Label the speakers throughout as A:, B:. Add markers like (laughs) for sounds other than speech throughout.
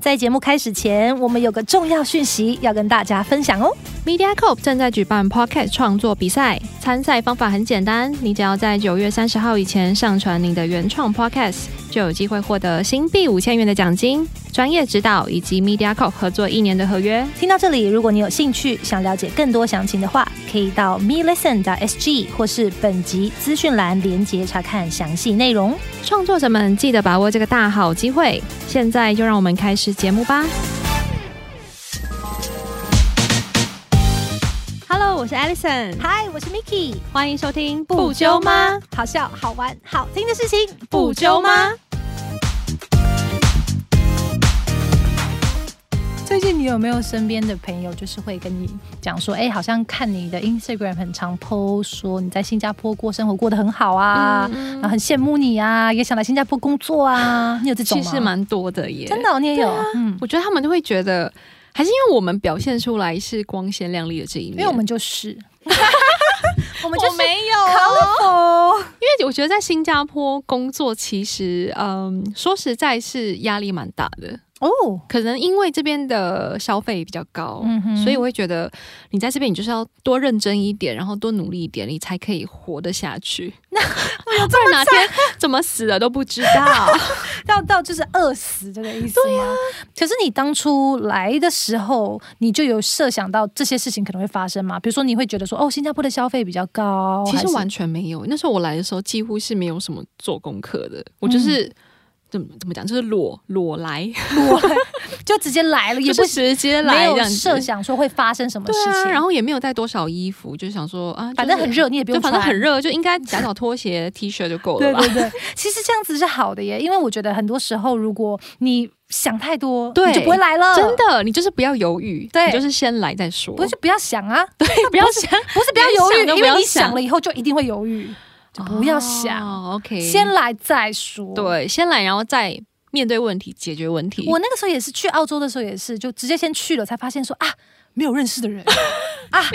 A: 在节目开始前，我们有个重要讯息要跟大家分享哦。
B: Media Corp 正在举办 Podcast 创作比赛，参赛方法很简单，你只要在九月三十号以前上传你的原创 Podcast，就有机会获得新币五千元的奖金、专业指导以及 Media Corp 合作一年的合约。
A: 听到这里，如果你有兴趣想了解更多详情的话，可以到 me listen 的 sg 或是本集资讯栏连接查看详细内容。
B: 创作者们记得把握这个大好机会，现在就让我们开始节目吧。Hello，我是 Alison，
A: 嗨，我是 Miki，
B: 欢迎收听？？
A: 好笑、好玩、好听的事情
B: 不揪吗？？
C: 最近你有没有身边的朋友，就是会跟你讲说，哎、好像看你的 Instagram 很常 PO 说你在新加坡过生活过得很好啊，
A: 嗯
B: 嗯
C: 然后很羡慕你啊，也想来新加坡工作啊，你有这种
B: 其
C: 吗？
B: 实蛮多的耶，
C: 真的哦、你也有，嗯，
B: 我觉得他们就会觉得，还是因为我们表现出来是光鲜亮丽的这一面，
C: 因为我们 (laughs) 就是，
A: 我
B: 我
A: 们就是
B: 没有，
A: colorful，
B: 因为我觉得在新加坡工作，其实嗯，说实在是压力蛮大的，
C: 哦，
B: 可能因为这边的消费比较高。
C: 嗯哼
B: 所以我会觉得，你在这边你就是要多认真一点，然后多努力一点，你才可以活得下去。 (laughs) 那有不然哪天怎么死了都不知道。
C: 要到就是饿死这个意思吗？啊可是你当初来的时候，你就有设想到这些事情可能会发生吗？比如说你会觉得说，哦，新加坡的消费比较高，
B: 其实
C: 还是
B: 完全没有，那时候我来的时候几乎是没有什么做功课的，我就是、怎么怎么讲，就是裸裸来，
C: 裸 (laughs) 就直接来了，也
B: (laughs) 就
C: 不
B: 是哦直接
C: 没
B: 来这
C: 有
B: 样子
C: 设想说会发生什么
B: 对
C: 事
B: 啊，
C: 情，
B: 然后也没有带多少衣服，就想说啊，
C: 反正很
B: 就是。
C: 热，你也不
B: 对，
C: 用
B: 反
C: 穿，
B: 正很热，就应该夹脚拖鞋、T (laughs) 恤就够了
C: 对
B: 吧。
C: 对对， (laughs) 其实这样子是好的耶，因为我觉得很多时候如果你想太多，
B: 对
C: 你就不会来了，
B: 真。的，你就是不要犹豫，
C: 对
B: 你就是先来再说。
C: 不是就不要想
B: (laughs)
C: 啊，
B: 对，不要想，
C: 不是不要犹豫，
B: 连想都
C: 因
B: 不要
C: 为你
B: 想
C: 想了以后就一定会犹豫，就不要想，
B: 哦、OK，
C: 先来再说。，
B: 对，先来，然后再面对问题，解决问题。
C: 我那个时候也是去澳洲的时候也是，就直接先去了，才发现说啊，没有认识的人，
B: 这个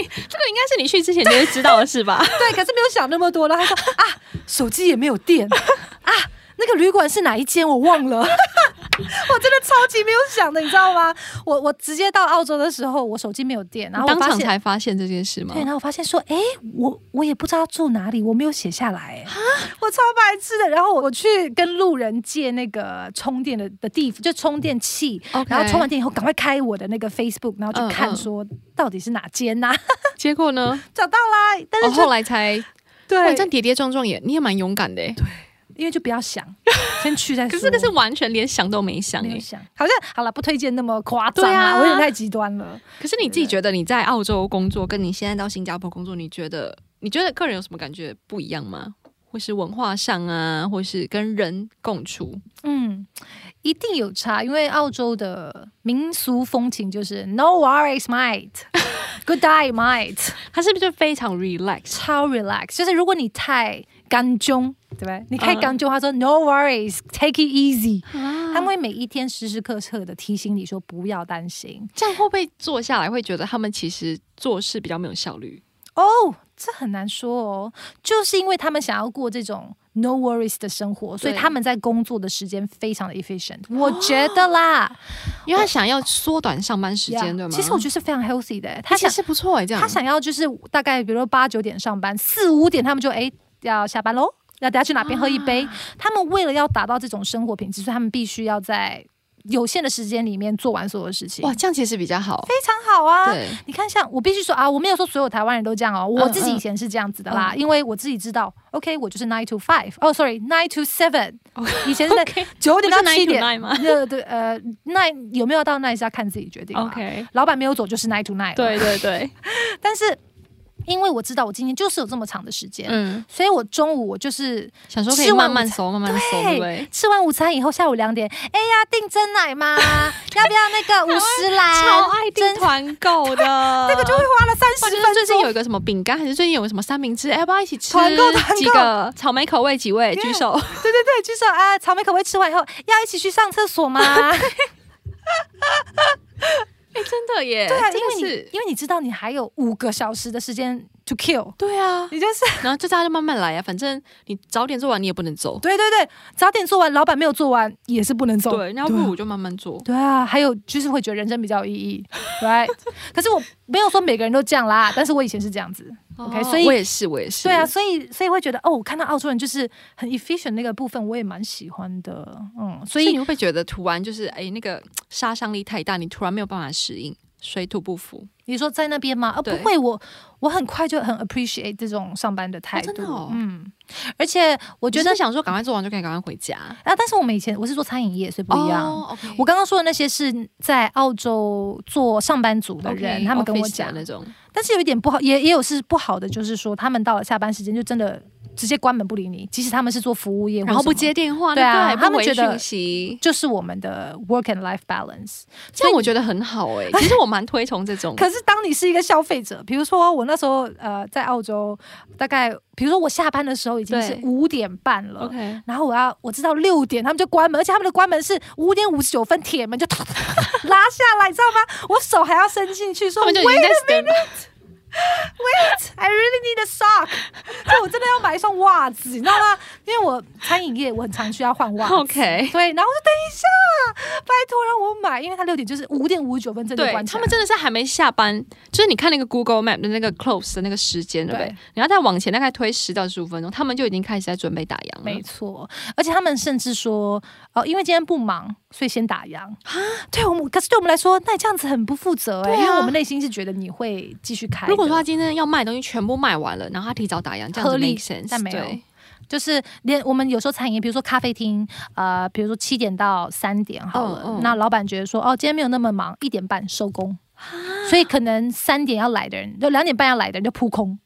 B: 应该是你去之前就会知道的事 (laughs) 吧？
C: (laughs) 对，可是没有想那么多，然后他说啊，手机也没有
B: (laughs)
C: 电啊，那个旅馆是哪一间我忘了，我 (laughs) 真的超级没有想的，你知道吗？我我直接到澳洲的时候，我手机没有电，然后我
B: 当
C: 发
B: 场
C: 现。
B: 才发现这件事吗
C: 对，？然后我发现说，哎，我我也不知道住哪里，我没有写下
B: (laughs)
C: 来，哎，我超白痴的。然后我去跟路人借那个充电的的地，就充电器
B: OK
C: 然后充完电以后赶快开我的那个 Facebook，然后
B: 嗯
C: 去看
B: 嗯
C: 说到底是哪间呐、
B: 结果呢？
C: 找到啦。但
B: 我、
C: 是
B: 哦、
C: 就、
B: 后来才，哇，
C: 对
B: 你这样跌跌撞撞也，你也蛮勇敢的欸。
C: 因为就不要想，先去再
B: 可
C: 说。
B: 是这个是完全连想都没想
C: 没
B: 哎
C: 有。想，好像好了，不推荐那么夸张
B: 对
C: 欸啊，
B: 啊
C: 我有点太极端了。
B: 可是你自己觉得你在澳洲工作，跟你现在到新加坡工作，你觉得你觉得个人有什么感觉不一样吗？或是文化上啊，或是跟人共处，
C: 嗯，一定有差，因为澳洲的民俗风情就是 No worries, (laughs) mate. Good day, mate.
B: 他是不是就非常 relax？
C: 超 relax，就是如果你太干中，对不对？你太
B: 嗯
C: 干中，他说 No worries, take it easy。
B: 啊
C: 他们会每一天时时刻刻的提醒你说不要担心。
B: 这样会不会坐下来会觉得他们其实做事比较没有效率？
C: 哦，这很难说哦，就是因为他们想要过这种 no worries 的生活，所以
B: 对
C: 他们在工作的时间非常的 efficient，我觉得啦，
B: 因为他想要缩短上班时间，
C: Yeah，
B: 对吗？
C: 其实我觉得是非常 healthy 的，欸
B: 他
C: 他
B: 其
C: 想
B: 实不错哎，这样
C: 他想要就是大概比如说八九点上班，四五点他们就诶要下班喽，要等下去哪边喝一
B: 啊
C: 杯。他们为了要达到这种生活品质，所以他们必须要在有限的时间里面做完所有事情，
B: 哇，这样其实比较好。
C: 非常好啊。
B: 对，
C: 你看，像我必须说啊，我没有说所有台湾人都这样哦，
B: 嗯
C: 我自己以前是这样子的啦，因为我自己知道，OK，我就是 nine to five，哦，sorry nine to seven，以前是在
B: 哦 OK，
C: 九点到
B: 不是9
C: 七
B: to
C: 点
B: 9吗， (laughs)
C: 对对呃，那有没有到那是要看自己决定啦
B: OK
C: 老板没有走就是 nine to nine，了
B: 对，对对，
C: 但是因为我知道我今天就是有这么长的时间。
B: (laughs) 嗯，
C: 所以我中午我就是
B: 想说可以
C: 吃完
B: 慢慢熟，慢慢熟，对不对？
C: 吃完午餐以后，下午两点，哎呀，订真奶吗？
B: (laughs)
C: 要不要那个五十兰？
B: 超爱订
C: 真
B: 团 (laughs) 购的，这个就会
C: 花了三
B: 或
C: 十
B: 者
C: 分
B: 是最近
C: 钟
B: 有一个什么饼干，还是最近有个什么三明治，哎要不要一起吃？
C: 团购团购
B: 几个草莓口味几位举手？
C: 对对对，就是啊，草莓口
B: (laughs)
C: 味吃完以后要一起去上厕所吗？
B: 哎，真的了 (laughs) 耶！
C: 对啊，因
B: 真的
C: 为你
B: 是，
C: 因为你知道你还有五个小时的时间 to kill，
B: 对 (laughs) 啊，
C: 你就是，
B: 然后就大家就慢慢来啊，反正你早点做完你也不能走
C: (laughs) 对对对，早点做完，老板没有做完也是不能走。
B: 对，然后不如就慢慢做。
C: 对啊，还有就是会觉得人生比较有意
B: (laughs)
C: 义，right？可是我没有说每个人都这样啦，但是我以前是这样子。OK，
B: 哦
C: 所以
B: 我也是，我也是，
C: 对啊，，所以所以会觉得哦，我看到澳洲人就是很 efficient 那个部分，我也蛮喜欢的。嗯，所
B: 所以
C: 以
B: 你会不会觉得突然就是哎那个杀伤力太大，你突然没有办法适应，水土不服？
C: 你说在那边吗？啊，不
B: 对
C: 会，我我很快就很 appreciate 这种上班的态度。
B: 真的哦
C: 嗯，而且我
B: 我
C: 觉得
B: 想说赶快做完就可以赶快回家，
C: 啊，但是我们以前我是做餐饮业，所以不一样。
B: 哦，OK
C: 我刚刚说的那些是在澳洲做上班族的
B: OK，
C: 人他们跟我
B: office 的
C: 讲，
B: 那种，
C: 但是有一点不好，也也有是不好的，就是说他们到了下班时间就真的直接关门不理你，即使他们是做服务业，
B: 然后不，接电话，
C: 对啊
B: 不
C: 他们
B: 回
C: 觉得
B: 讯息，
C: 就是我们的 work and life balance。
B: 这样我觉得很好哎、其实我蛮推崇这种，
C: 可是当你是一个消费者，比如说我那时候呃在澳洲，大概比如说我下班的时候已经是
B: 对
C: 五点半了。
B: OK，
C: 然后我要我知道六点他们就关门，而且他们的关门是五点五十九分，铁门就 (laughs) 拉下来，你知道吗？我手还要伸进去，说
B: 他们就已经
C: "Wait
B: 在 stand by
C: I really need a sock，就我真的要买一双袜子，你知道吗？因为我餐饮业，我很常需要换袜子。
B: OK
C: 对，然后我说等一下，拜托让我买，因为他六点就是五点五十九分正就
B: 对
C: 关起
B: 他
C: 来
B: 们真的是还没下班，就是你看那个 Google Map 的那个 close 的那个时间，对不对
C: 对？
B: 你要再往前大概推十到十五分钟，他们就已经开始在准备打烊了。
C: 没错，而且他们甚至说，哦，因为今天不忙，所以先打烊啊。对我们，可是对我们来说，那你这样子很不负责哎、
B: 对啊
C: 因为我们内心是觉得你会继续开的。
B: 如果说他今天要卖的东西全部卖完了，然后他提早打烊，这样
C: 合
B: 子
C: 理
B: make sense，
C: 但没有
B: 对
C: 就是连我们有时候餐饮，比如说咖啡厅，呃，比如说七点到三点好了，
B: 嗯嗯
C: 那老板觉得说，哦，今天没有那么忙，一点半收工，所以可能三点要来的人，就两点半要来的人就扑空，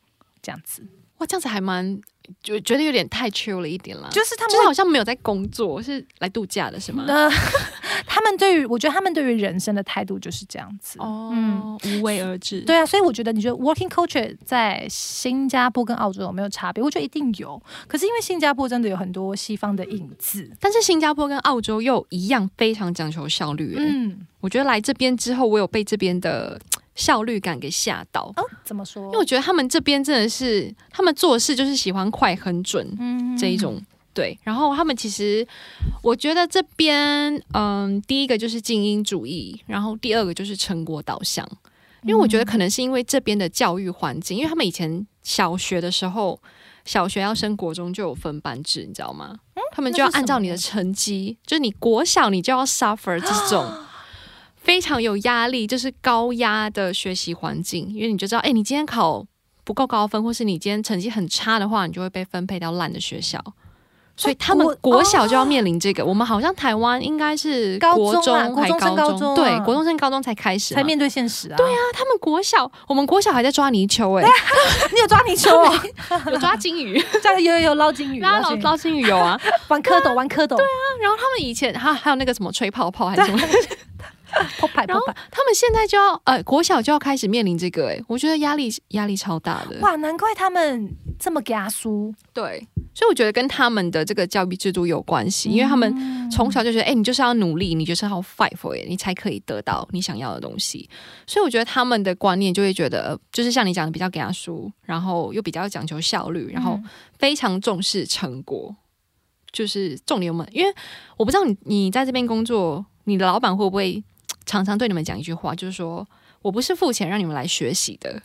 C: 这样子，
B: 哇，这样子还蛮觉觉得有点太 chill 了一点啦，
C: 就是他们
B: 就是好像没有在工作，是来度假的是吗？
C: 呃， (laughs) 他们对于我觉得他们对于人生的态度就是这样子。
B: 哦，无为而治，
C: 对啊，所以我觉得，你觉得 working culture 在新加坡跟澳洲有没有差别？我觉得一定有。可是因为新加坡真的有很多西方的影子，
B: 但是新加坡跟澳洲又一样非常讲求效率、欸。
C: 嗯，
B: 我觉得来这边之后，我有被这边的嘖效率感给吓到，
C: 哦，怎么说？
B: 因为我觉得他们这边真的是，他们做事就是喜欢快、很准
C: 嗯
B: 这一种。对，然后他们其实，我觉得这边，嗯，第一个就是精英主义，然后第二个就是成果导向。因为我觉得
C: 嗯
B: 可能是因为这边的教育环境，因为他们以前小学的时候，小学要升国中就有分班制，你知道吗？他们就
C: 嗯
B: 要
C: 那是什么
B: 按照你的成绩，就是你国小你就要 suffer 这
C: (gasps)
B: 种非常有压力，就是高压的学习环境，因为你就知道，哎、你今天考不够高分，或是你今天成绩很差的话，你就会被分配到烂的学校。所以他们
C: 国
B: 国小就要面临这个，我们好像台湾应该是
C: 高
B: 国
C: 中啊国
B: 还
C: 中升
B: 高
C: 高中啊
B: 对，国中升高中才开始嘛，
C: 才面对现实啊。对啊，
B: 他们国小，我们国小还在抓泥鳅哎、
C: 你有抓泥鳅
B: (laughs)
C: 哦？
B: 有抓金鱼，
C: 这个 (laughs) 有有有捞金鱼，
B: 啊拉
C: 捞
B: 捞
C: 金鱼
B: 捞金鱼有啊。
C: 玩蝌蚪，玩蝌蚪，对啊，
B: 然后他们以前还啊有还有那个什么吹泡泡还是什么，
C: 破牌
B: 然
C: 破
B: 后
C: 牌。
B: 他们现在就要呃国小就要开始面临这个哎、我觉得压力压力超大的。
C: 哇，难怪他们这么给他输，
B: 对，所以我觉得跟他们的这个教育制度有关系，因为他们
C: 们
B: 从小就觉得，哎、你就是要努力，你就是要 fight for it，你才可以得到你想要的东西。所以我觉得他们的观念就会觉得，呃就是像你讲的比较给他输，然后又比较讲求效率，然后非常重视成果。就是重点我们，因为我不知道你你在这边工作，你的老板会不会常常对你们讲一句话，就是说我不是付钱让你们来学习的，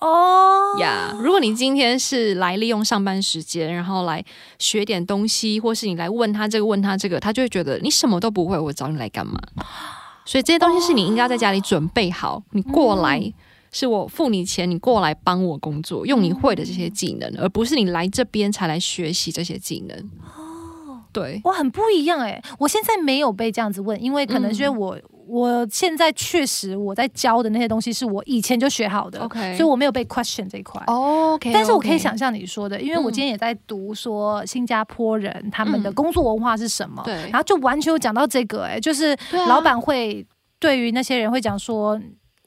C: 哦，
B: 呀如果你今天是来利用上班时间，然后来学点东西，或是你来问他这个问他这个，他就会觉得你什么都不会，我找你来 (gasps) 干嘛？所以这些东西是你应该在家里准备好，你过来。是我付你钱，你过来帮我工作，用你会的这些技能，而不是你来这边才来学习这些技能。哦，对，
C: 哇，很不一样哎！我现在没有被这样子问，因为可能是因
B: 嗯
C: 为我、我现在确实我在教的那些东西是我以前就学好的
B: OK
C: 所以我没有被 question 这一块。
B: 哦，OK，
C: 但是我可以
B: OK
C: 想象你说的，因为我
B: 嗯
C: 今天也在读说新加坡人他们的
B: 嗯
C: 工作文化是什么，
B: 对
C: 欸然后就完全有讲到这个、哎，就是
B: 对啊
C: 老板会对于那些人会讲说。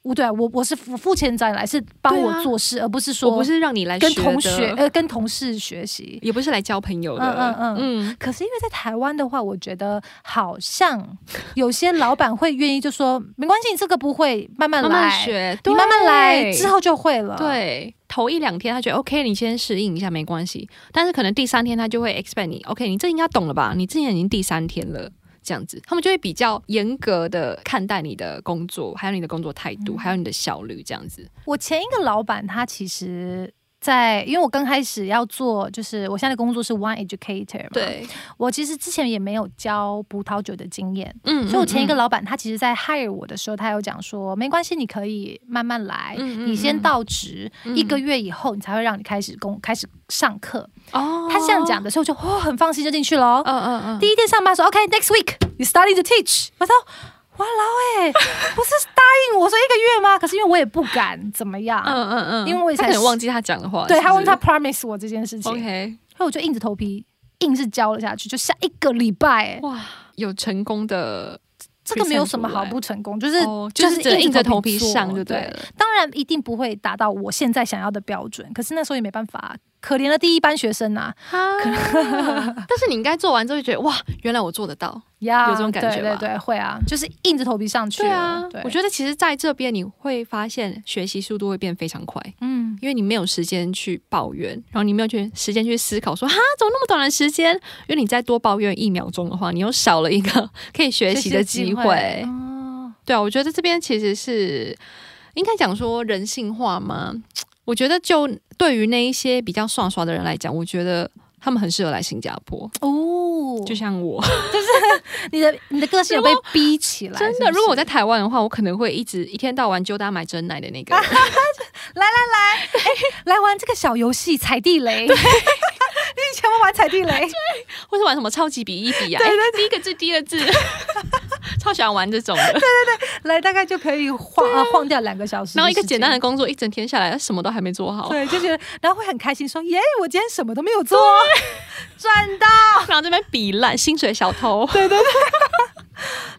C: 我对啊，我我是付付钱找你来，是帮
B: 对啊
C: 我做事，而不是说
B: 我不是让你来
C: 跟
B: 学
C: 同
B: 的
C: 学呃跟同事学习。
B: 也不是来交朋友的，
C: 嗯嗯
B: 嗯
C: 可是因为在台湾的话，我觉得好像有些老板会愿意就说没关系，你这个不会，慢慢来，
B: 慢慢学，
C: 你慢慢来，
B: 对
C: 之后就会了。，
B: 对。头一两天他觉得 OK，你先适应一下没关系，但是可能第三天他就会 expect 你 OK，你这应该懂了吧？你之前已经第三天了，这样子，他们就会比较严格的看待你的工作，还有你的工作态度，还有你的效率，这样子。
C: 我前一个老板他其实在，因为我刚开始要做，就是我现在的工作是 One Educator 嘛，，
B: 对，
C: 我其实之前也没有教葡萄酒的经验。
B: 嗯
C: 所以，我前一个，老板他其实，在 hire 我的时候，他有讲说，没关系，你可以慢慢来，
B: 嗯嗯
C: 你先
B: 嗯
C: 到职、
B: 嗯
C: 一个月以后，你才会让你开始工开始上课。
B: 哦
C: 他这样讲，的时候，我就哦，很放心就进去了。
B: 嗯嗯嗯，
C: 第一天上班说，OK，next、week you starting to teach。我说，哇老哎、不是答应我说一个月吗？可是因为我也不敢怎么
B: (laughs)
C: 样，
B: 嗯嗯嗯，
C: 因为我也
B: 他
C: 才
B: 可能忘记他讲的话，
C: 对
B: 是不
C: 他问
B: 是
C: 他 promise 我这件事情，然
B: OK，
C: 后我就硬着头皮硬是交了下去，就下一个礼拜、欸，
B: 哇，有成功的
C: 这个没有
B: present
C: 什么
B: 出
C: 好
B: 来
C: 不成功，就是、
B: 哦
C: 就
B: 就是是只能
C: 硬
B: 硬
C: 着
B: 着
C: 头
B: 头
C: 皮
B: 皮
C: 做
B: 上就对
C: 对
B: 了。
C: 当然一定不会达到我现在想要的标准，可是那时候也没办法，可怜的第一班学生呐、
B: (laughs) 啊但是你应该做完之后就觉得哇，原来我做得到。
C: 呀
B: 有这种感觉
C: 对对
B: 吧
C: 对，会啊，就是硬着头皮上去
B: 对
C: 了。
B: 啊，我
C: 得
B: 觉得其实在这边你会发现学习速度会变非常快，
C: 嗯，
B: 因为你没有时间去抱怨，然后你没有去时间去思考说哈怎么那么短的时间？因为你再多抱怨一秒钟的话，你又少了一个 (laughs) 可以学习的机会。
C: 哦，
B: 对啊，我觉得这边其实是应该讲说人性化吗？我觉得就对于那一些比较刷刷的人来讲，我觉得他们很适合来新加坡，
C: 哦
B: 就像我。
C: 你的你的个性有被逼起来，
B: 真
C: 是不
B: 的，
C: 是
B: 如果我在台湾的话，我可能会一直一天到晚揪大家买真奶的那个。
C: 来玩这个小游戏踩地雷， (laughs) 你以前会玩踩地雷，
B: 或是玩什么超级比一比啊，对对第一个字第一个字， (laughs) 超喜欢玩这种的。
C: 来大概就可以晃啊晃掉两个小时时间，
B: 然后一个简单的工作，一整天下来什么都还没做好，
C: 对，就觉得，然后会很开心说，耶，我今天什么都没有做，赚到！
B: 然后这边比烂，薪水小偷。对，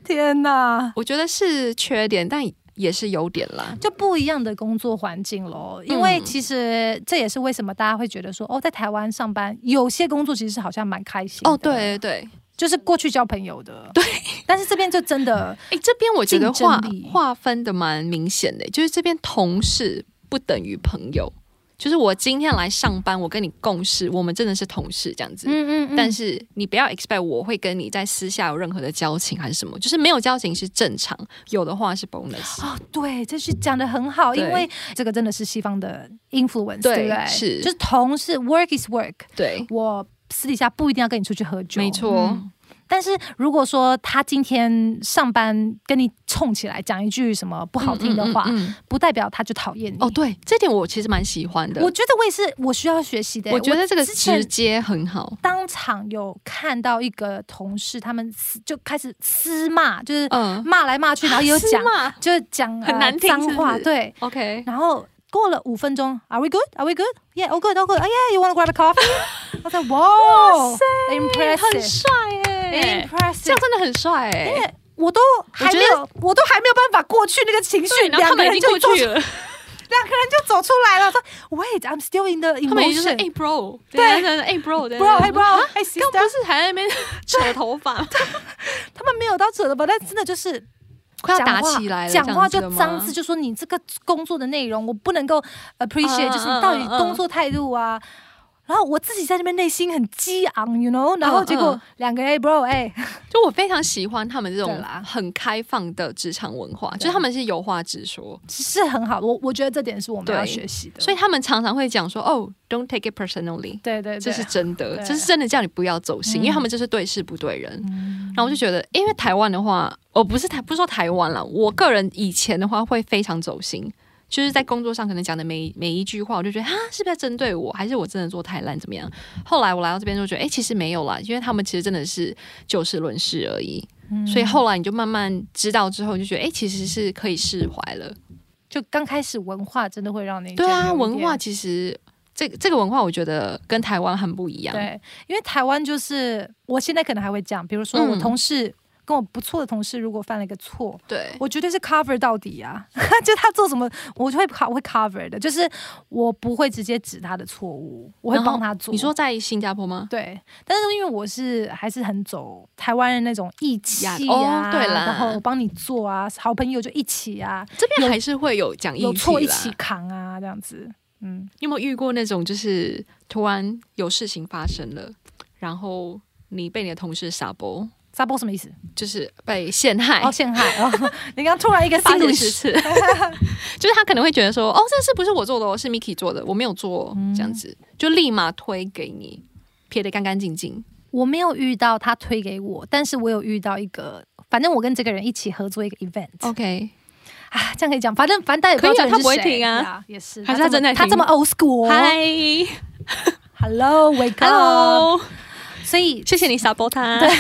C: 天哪，
B: 我觉得是缺点，但也是优点啦。
C: 就不一样的工作环境喽。因为
B: 嗯
C: 其实这也是为什么大家会觉得说，哦，在台湾上班，有些工作其实是好像蛮开心的
B: 哦，，对对对，
C: 就是过去交朋友的，对。但是这边就真的，
B: 哎，这边我觉得
C: 竞争
B: 划
C: 力
B: 划分的蛮明显的，就是这边同事不等于朋友，就是我今天来上班，我跟你共事，我们真的是同事这样子。
C: 嗯
B: 但是你不要 expect 我会跟你在私下有任何的交情还是什么，就是没有交情是正常，有的话是 bonus。
C: 哦，对，这是讲的很好，
B: 对
C: 因为这个真的是西方的 influence，
B: 对
C: 对不对？
B: 是
C: 就是同事 work is work，
B: 对，
C: 我私底下不一定要跟你出去喝酒，
B: 没错，
C: 嗯但是如果说他今天上班跟你冲起来，讲一句什么不好听的话，
B: 嗯嗯嗯嗯
C: 不代表他就讨厌你。
B: 哦，对，这点我其实蛮喜欢的。
C: 我觉得我也是，我需要学习的。
B: 我觉得这个
C: 之前
B: 直接很好。
C: 当场有看到一个同事，他们私就开始私骂，就是
B: 嗯
C: 骂来 (laughs) 骂去，然后也有
B: (laughs)
C: 讲，就是讲
B: 很难听
C: 呃
B: 是
C: 脏
B: 不
C: 话，
B: 是
C: 对，
B: ，OK，
C: 然后。过了五分钟，Are we good? Are we good? Yeah, all good, all good. Oh yeah, you w a n n a grab a
B: (laughs)
C: coffee? 我在哇
B: 很
C: ，impressive,
B: 帅哎，这
C: impressive
B: 样。真的很帅哎。
C: 我都还没有，我都还没有办法过去那个情绪，
B: 对，然后
C: 两
B: 他
C: 个
B: 们
C: 人
B: 已经
C: 就
B: 过
C: 走出
B: 去，了，
C: 两个人就走出来了，说 Wait, I'm still in the
B: 他们也就是
C: emotion.
B: 哎 bro，
C: 对
B: 对，哎 bro，对
C: Bro, hey bro, hey
B: 刚
C: sister.
B: 不是还在那边扯头发，
C: 他们没有到扯的吧？但真的就是
B: 快要
C: 讲
B: 打
C: 话
B: 起来了，
C: 讲话就
B: 这样子的
C: 脏
B: 吗
C: 字，就说你这个工作的内容我不能够 appreciate，
B: 嗯
C: 就是
B: 嗯
C: 你到底
B: 嗯嗯
C: 工作态度啊。然后我自己在那边内心很激昂，you know，然后结果
B: 嗯
C: 两个人哎 bro 哎，
B: 就我非常喜欢他们这
C: 对
B: 种
C: 啦
B: 很开放的职场文化，
C: 对
B: 就是他们是有话直说，
C: 是很好，我我觉得这点是我们要
B: 对
C: 学习的。
B: 所以他们常常会讲说：“哦，don't take it personally。”
C: 对对对，
B: 这是真的，
C: 对
B: 这是真的叫你不要走心，
C: 嗯
B: 因为他们就是对事不对人。然后我就觉得，因为台湾的话，我不是台，不是说台湾啦，我个人以前的话会非常走心，就是在工作上可能讲的每每一句话，我就觉得啊，是不是在针对我，还是我真的做太烂怎么样？后来我来到这边就觉得，哎、其实没有啦，因为他们其实真的是就事论事而已。
C: 嗯
B: 所以后来你就慢慢知道之后，你就觉得哎、诶其实是可以释怀了。
C: 就刚开始文化真的会让你
B: 对
C: 觉得
B: 啊，
C: 有一
B: 文
C: 点
B: 化其实这这个文化，我觉得跟台湾很不一样。
C: 对，因为台湾就是我现在可能还会讲，比如说我
B: 嗯
C: 同事跟我不错的同事如果犯了一个错，
D: 对，
C: 我绝对是 cover 到底啊！ (laughs) 就他做什么，我就会 co- 会 cover 的，就是我不会直接指他的错误，我会
D: 然后
C: 帮他做。
B: 你说在新加坡吗？
C: 对，但是因为我是还是很走台湾人那种义气啊，
D: 哦对啦
C: 然后我帮你做啊，好朋友就一起啊，
D: 这边还是会有讲义气
C: 有错一
D: 啦
C: 起扛啊，这样子。嗯，
B: 你有没有遇过那种就是突然有事情发生了，然后你被你的同事撒播，
C: 撒播什么意思？
B: 就是被陷害？
C: 哦，陷害哦！ (laughs) 你刚刚突然一个
B: 发现
C: English
B: 十次， (laughs) 就是他可能会觉得说，哦，这事不是我做的哦，是 Miki 做的，我没有做哦，这
C: 嗯
B: 样子就立马推给你，撇得干干净净。
C: 我没有遇到他推给我，但是我有遇到一个，反正我跟这个人一起合作一个 event，、
B: OK，
C: 啊，这样可以讲，反正反正大家也不知道这个
B: 哦可以啊
C: 人
B: 他不会
C: 是谁
B: 停啊
C: 呀也是，
B: 还
C: 这
B: 是他
C: 么
B: 正在
C: 他
B: 听
C: 这么 old school，
B: 嗨
C: ，Hello，wake up，
B: ，Hello，
C: 所以
B: 谢谢你撒播他。
C: 对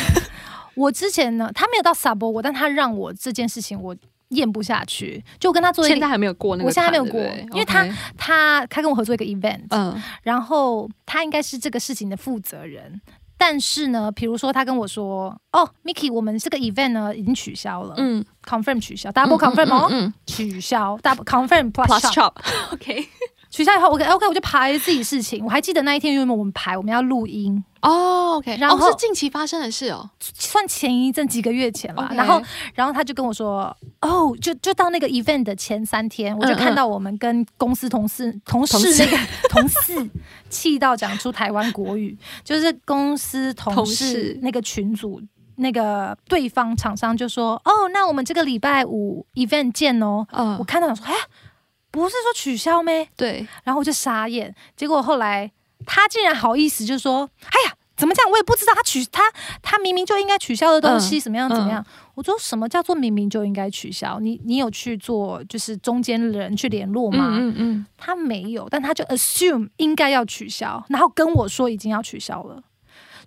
C: 我之前呢，他没有到撒播我，但他让我这件事情我咽不下去，就我跟他做一
B: 现在
C: 个，
B: 还没有过那个
C: 我现
B: 坎，
C: 在还没有
B: 对不对
C: 过因为他
B: OK
C: 他他跟我合作一个 event，、
B: 嗯
C: 然后他应该是这个事情的负责人。但是呢，比如说他跟我说：“哦，Mickey，我们这个 event 呢已经取消了、
B: 嗯
C: c o n f i r m 取消，double confirm 哦，
B: 嗯嗯嗯
C: 取消，double confirm plus
B: ，Plus
C: shop
B: (laughs) Chop，OK，
C: 取消以后，我 OK 我就排自己事情。我还记得那一天，因为我们排我们要录音，
B: 哦 OK，
C: 然后
B: 哦是近期发生的事哦，
C: 算前一阵几个月前了。
B: OK
C: 然后，然后他就跟我说，哦，就就到那个 event 的前三天，我就
B: 嗯
C: 看到我们跟公司同事、同事
B: 同事
C: 那个 (laughs) 同事气到讲出台湾国语， (laughs) 就是公司同
B: 同
C: 事
B: 事
C: 那个群组。那个对方厂商就说：“哦，那我们这个礼拜五 event 见哦。我
B: 嗯，
C: 看到想说：“哎，不是说取消咩？
B: 对，
C: 然后我就傻眼，结果后来他竟然好意思就说：“哎呀，怎么这样？我也不知道他取他他明明就应该取消的东西
B: 嗯
C: 怎么样怎么样。我说：“什么叫做明明就应该取消？你你有去做就是中间人去联络吗？”
B: 嗯嗯嗯，
C: 他没有，但他就 assume 应该要取消，然后跟我说已经要取消了。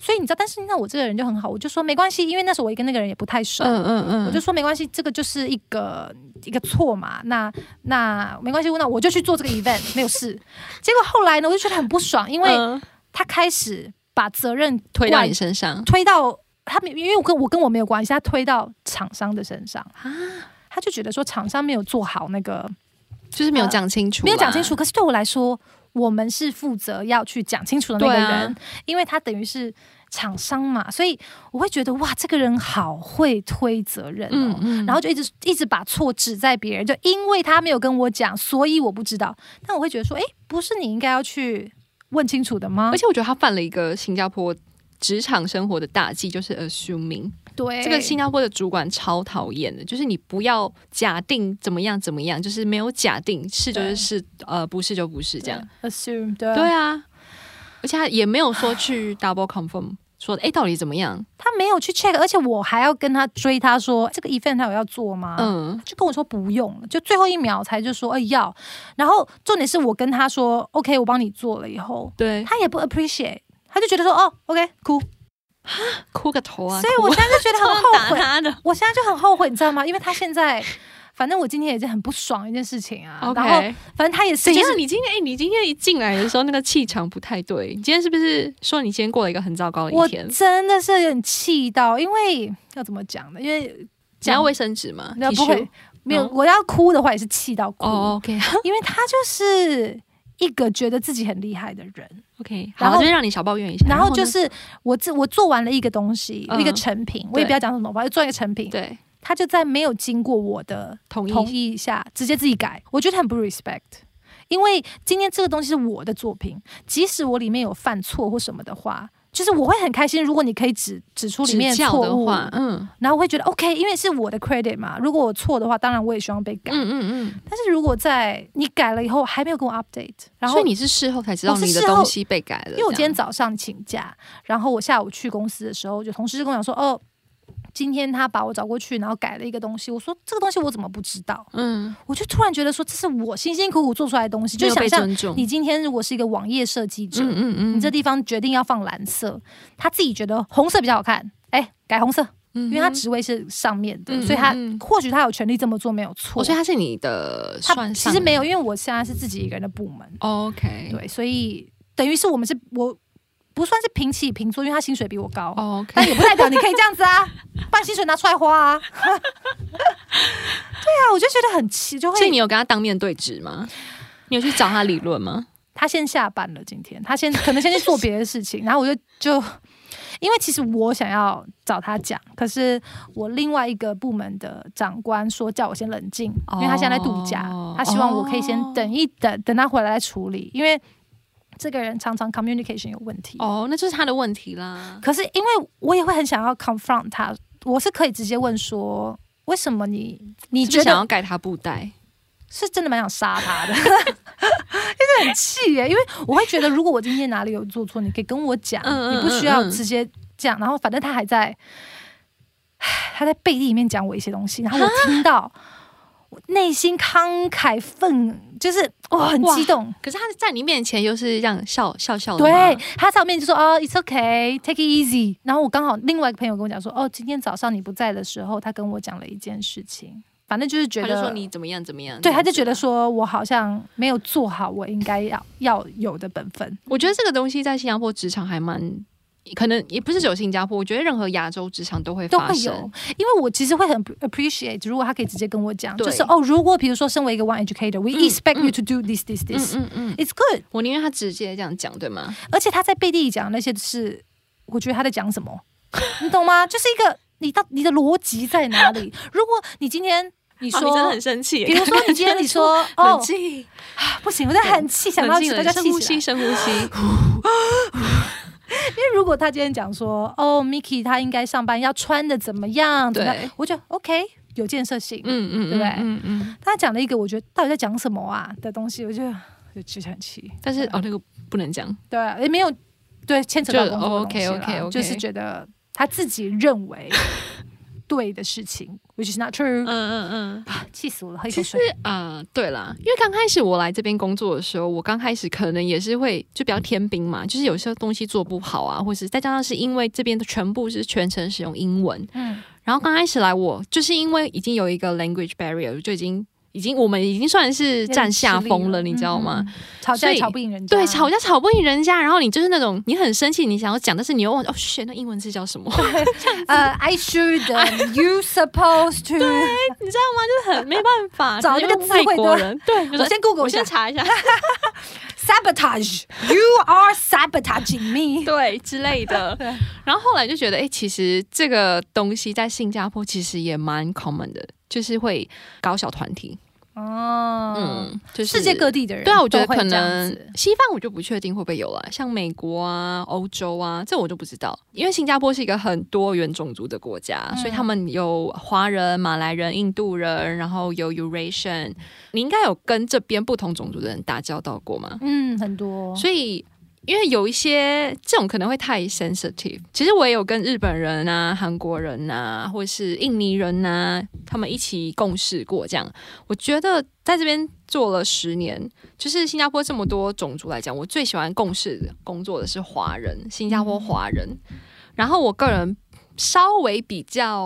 C: 所以你知道，但是那我这个人就很好，我就说没关系，因为那时候我也跟那个人也不太熟，
B: 嗯嗯嗯，
C: 我就说没关系，这个就是一个一个错嘛，那那没关系，那我就去做这个 event，没有事。结果后来呢，我就觉得很不爽，因为
B: 嗯
C: 他开始把责任
B: 推到
C: 怪
B: 你身上
C: 推到他没，因为我跟我跟我没有关系，他推到厂商的身上，
B: 啊，
C: 他就觉得说厂商没有做好那个，
B: 就是没有讲清楚啦，
C: 没有讲清楚。可是对我来说，我们是负责要去讲清楚的那个
B: 对啊
C: 人，因为他等于是厂商嘛，所以我会觉得哇，这个人好会推责任哦。
B: 嗯，嗯嗯，
C: 然后就一直一直把错指在别人，就因为他没有跟我讲，所以我不知道。但我会觉得说，诶，不是你应该要去问清楚的吗
B: 而？且我觉得他犯了一个新加坡职场生活的大忌，就是 assuming。
C: 对
B: 这个新加坡的主管超讨厌的，就是你不要假定怎么样怎么样，就是没有假定是就
C: 对
B: 是是，呃，不是就不是这样。
C: assume 对，
B: 对啊，而且他也没有说去 double confirm，说诶到底怎么样？
C: 他没有去 check，而且我还要跟他追，他说这个 event 他有要做吗？
B: 嗯，
C: 就跟我说不用了，就最后一秒才就说哎、要，然后重点是我跟他说 OK，我帮你做了以后，
B: 对，
C: 他也不 appreciate，他就觉得说哦 OK cool，
B: 哭个头啊！
C: 所以我
B: 哭
C: 现在就觉得很 (laughs)
B: 打
C: 后悔，
B: 他的。
C: 我现在就很后悔，你知道吗？因为他现 (laughs) 在，反正我今天也是很不爽一件事情啊。然后
B: OK，
C: 反正他也是，
B: 怎
C: 就
B: 样？
C: 是
B: 你今天诶，哎你今天一进来的时候，那个气场不太对。你今天是不是说你今天过了一个很糟糕的
C: 我
B: 一天？
C: 真的是有点气到，因为要怎么讲呢？因为
B: 想要卫生纸吗？
C: 那不会
B: Tissue？
C: 没有，
B: 嗯
C: 我要哭的话也是气到哭，
B: 哦，OK， (laughs)
C: 因为他就是一个觉得自己很厉害的人，
B: OK，
C: 然
B: 好，
C: 后
B: 就是让你小抱怨一下。
C: 然后就
B: 呢
C: 是我自我做完了一个东西，
B: 嗯
C: 一个成品，我也
B: 对
C: 不要讲什么，我要做一个成品，
B: 对
C: 他就在没有经过我的
B: 同意
C: 同意一下，直接自己改，我觉得很不 respect。因为今天这个东西是我的作品，即使我里面有犯错或什么的话，就是我会很开心，如果你可以指指出里面
B: 指教
C: 错
B: 的
C: 误，
B: 话，嗯
C: 然后我会觉得 OK，因为是我的 credit 嘛。如果我错的话，当然我也希望被改。
B: 嗯嗯嗯。
C: 但是如果在你改了以后还没有跟我 update，然后
B: 所以你是事后才知道
C: 我是
B: 你的
C: 事后
B: 东西被改了，
C: 因为我今天
B: 这样
C: 早上请假，然后我下午去公司的时候，就同事就跟我讲说，哦，今天他把我找过去，然后改了一个东西。我说这个东西我怎么不知道？
B: 嗯，
C: 我就突然觉得说，这是我辛辛苦苦做出来的东西，就
B: 没有
C: 想
B: 被
C: 象
B: 尊重，
C: 你今天如果是一个网页设计者，
B: 嗯嗯嗯，
C: 你这地方决定要放蓝色，他自己觉得红色比较好看，哎，改红色，
B: 嗯
C: 因
B: 哼，
C: 为他职位是上面的，
B: 嗯
C: 所以他
B: 嗯嗯
C: 或许他有权利这么做没有错，
B: 哦，所以他是你的
C: 他
B: 算
C: 其
B: 上
C: 实没有，因为我现在是自己一个人的部门，
B: OK，
C: 对，所以等于是我们是我。不不算是平起平坐，因为他薪水比我高，
B: 哦
C: 但也不代表你可以这样子啊，把薪水拿出来花啊。 (laughs) 对啊，我就觉得很气，就
B: 所以你
C: 会
B: 有跟他当面对质吗？你有去找他理论
C: (laughs)
B: 吗？
C: 他先下班了，今天他先可能先去做别的事情，然后我就就。因为其实我想要找他讲，可是我另外一个部门的长官说叫我先冷静，因为他现在在度假，
B: 哦
C: 他希望我可以先
B: 哦
C: 等一等，等他回来再处理。因为这个人常常 communication 有问题，
B: 哦，那就是他的问题啦。
C: 可是因为我也会很想要 confront 他，我是可以直接问说，为什么你你
B: 你就
C: 觉
B: 想
C: 得
B: 要改他布袋？
C: 是真的蛮想杀他的，因 (laughs) 为很气耶，因为我会觉得如果我今天哪里有做错，你可以跟我讲，
B: 嗯嗯
C: 你不需要
B: 嗯嗯
C: 直接这样。然后反正他还在， (sighs) 唉他在背地里面讲我一些东西，然后我听到，我内心慷慨愤，就是哇很
B: 哇
C: 激动。
B: 可是他在你面前又是让笑笑笑的吗，
C: 对他在我面前就说哦，it's okay，take it easy。然后我刚好另外一个朋友跟我讲说，哦，今天早上你不在的时候，他跟我讲了一件事情，反正就是觉
B: 他
C: 得
B: 就说你怎么样怎么样。
C: 对，
B: 这样
C: 他就
B: 子
C: 觉得
B: 啊，
C: 说我好像没有做好我应该要要有的本分。
B: 我觉得这个东西在新加坡职场还蛮。可能也不是只有新加坡，我觉得任何亚洲职场都会
C: 都
B: 发
C: 会
B: 生
C: 有，因为我其实会很 appreciate，如果他可以直接跟我讲，
B: 对
C: 就是哦，如果比如说身为一个 one educator，we
B: 嗯
C: expect
B: 嗯
C: you to do this this this，it's
B: 嗯嗯嗯，
C: good。
B: 我宁愿他直接这样讲，对吗？
C: 而且他在背地里讲的那些是，我觉得他在讲什么， (laughs) 你懂吗？就是一个你到你的逻辑在哪里？ (laughs) 如果你今天你
B: 哦你
C: 说，
B: 真的很生气耶，
C: 比如说你今天你
B: (laughs)
C: 说哦
B: 冷静，
C: 不行，我在很气，想到
B: 冷静
C: 大家
B: 冷静
C: 气
B: 深呼
C: 起
B: 吸，
C: 来。
B: 深呼 (laughs) 吸。
C: 因为如果他今天讲说哦，Miki 他应该上班要穿的怎么样？怎么样
B: 对？
C: 我觉得 OK 有建设性。
B: 嗯嗯，
C: 对不对
B: 嗯嗯。
C: 他讲了一个我觉得到底在讲什么啊的东西，我就就其实很气。
B: 但是
C: 对
B: 哦，那个不能讲，
C: 对啊，也没有对牵扯到
B: 就
C: 工作的东西啦
B: OK，OK，OK
C: 就是觉得他自己认为
B: (laughs)
C: 对的事情，which is not true，、啊
B: 嗯嗯。
C: 气死我了，喝一口
B: 其实
C: 水。
B: 啊、呃对啦，因为刚开始我来这边工作的时候，我刚开始可能也是会就比较天兵嘛，就是有些东西做不好啊，或是再加上是因为这边的全部是全程使用英文，
C: 嗯，
B: 然后刚开始来我就是因为已经有一个 language barrier，就已经已经我们已经算是占下风了，你知道吗？
C: 嗯？啊嗯嗯吵架
B: 所
C: 也
B: 以
C: 吵不赢人家，
B: 对，吵架吵不赢人家，然后你就是那种你很生气，你想要讲，但是你又忘记哦，选那英文字叫什么？
C: 呃，I
B: (laughs)
C: should you supposed to，
B: 你知道吗？就是很没办法，
C: (laughs) 找
B: 可能
C: 那个
B: 就是
C: 词汇
B: 外
C: 多
B: 国人，对，就
C: (laughs) 我
B: 是
C: 先 Google
B: 我
C: 一下
B: 先查一下，
C: (laughs) sabotage，you are sabotaging
B: (laughs)
C: me。
B: (laughs) 对之类
C: (laughs)
B: 的。然后后来就觉得，哎、其实这个东西在新加坡其实也蛮 common 的，就是会搞小团体，
C: 哦，
B: 嗯，就是
C: 世界各地的人，
B: 对啊，我觉得可能西方我就不确定会不会有啊，像美国啊、欧洲啊，这我就不知道，因为新加坡是一个很多元种族的国家，所以他们有华人、马来人、印度人，然后有 Eurasian，你应该有跟这边不同种族的人打交道过吗？
C: 嗯，很多，
B: 所以。因为有一些这种可能会太 sensitive，其实我也有跟日本人啊、韩国人啊，或是印尼人啊，他们一起共事过这样。我觉得在这边做了十年，就是新加坡这么多种族来讲，我最喜欢共事工作的是华人，新加坡华人。然后我个人稍微比较，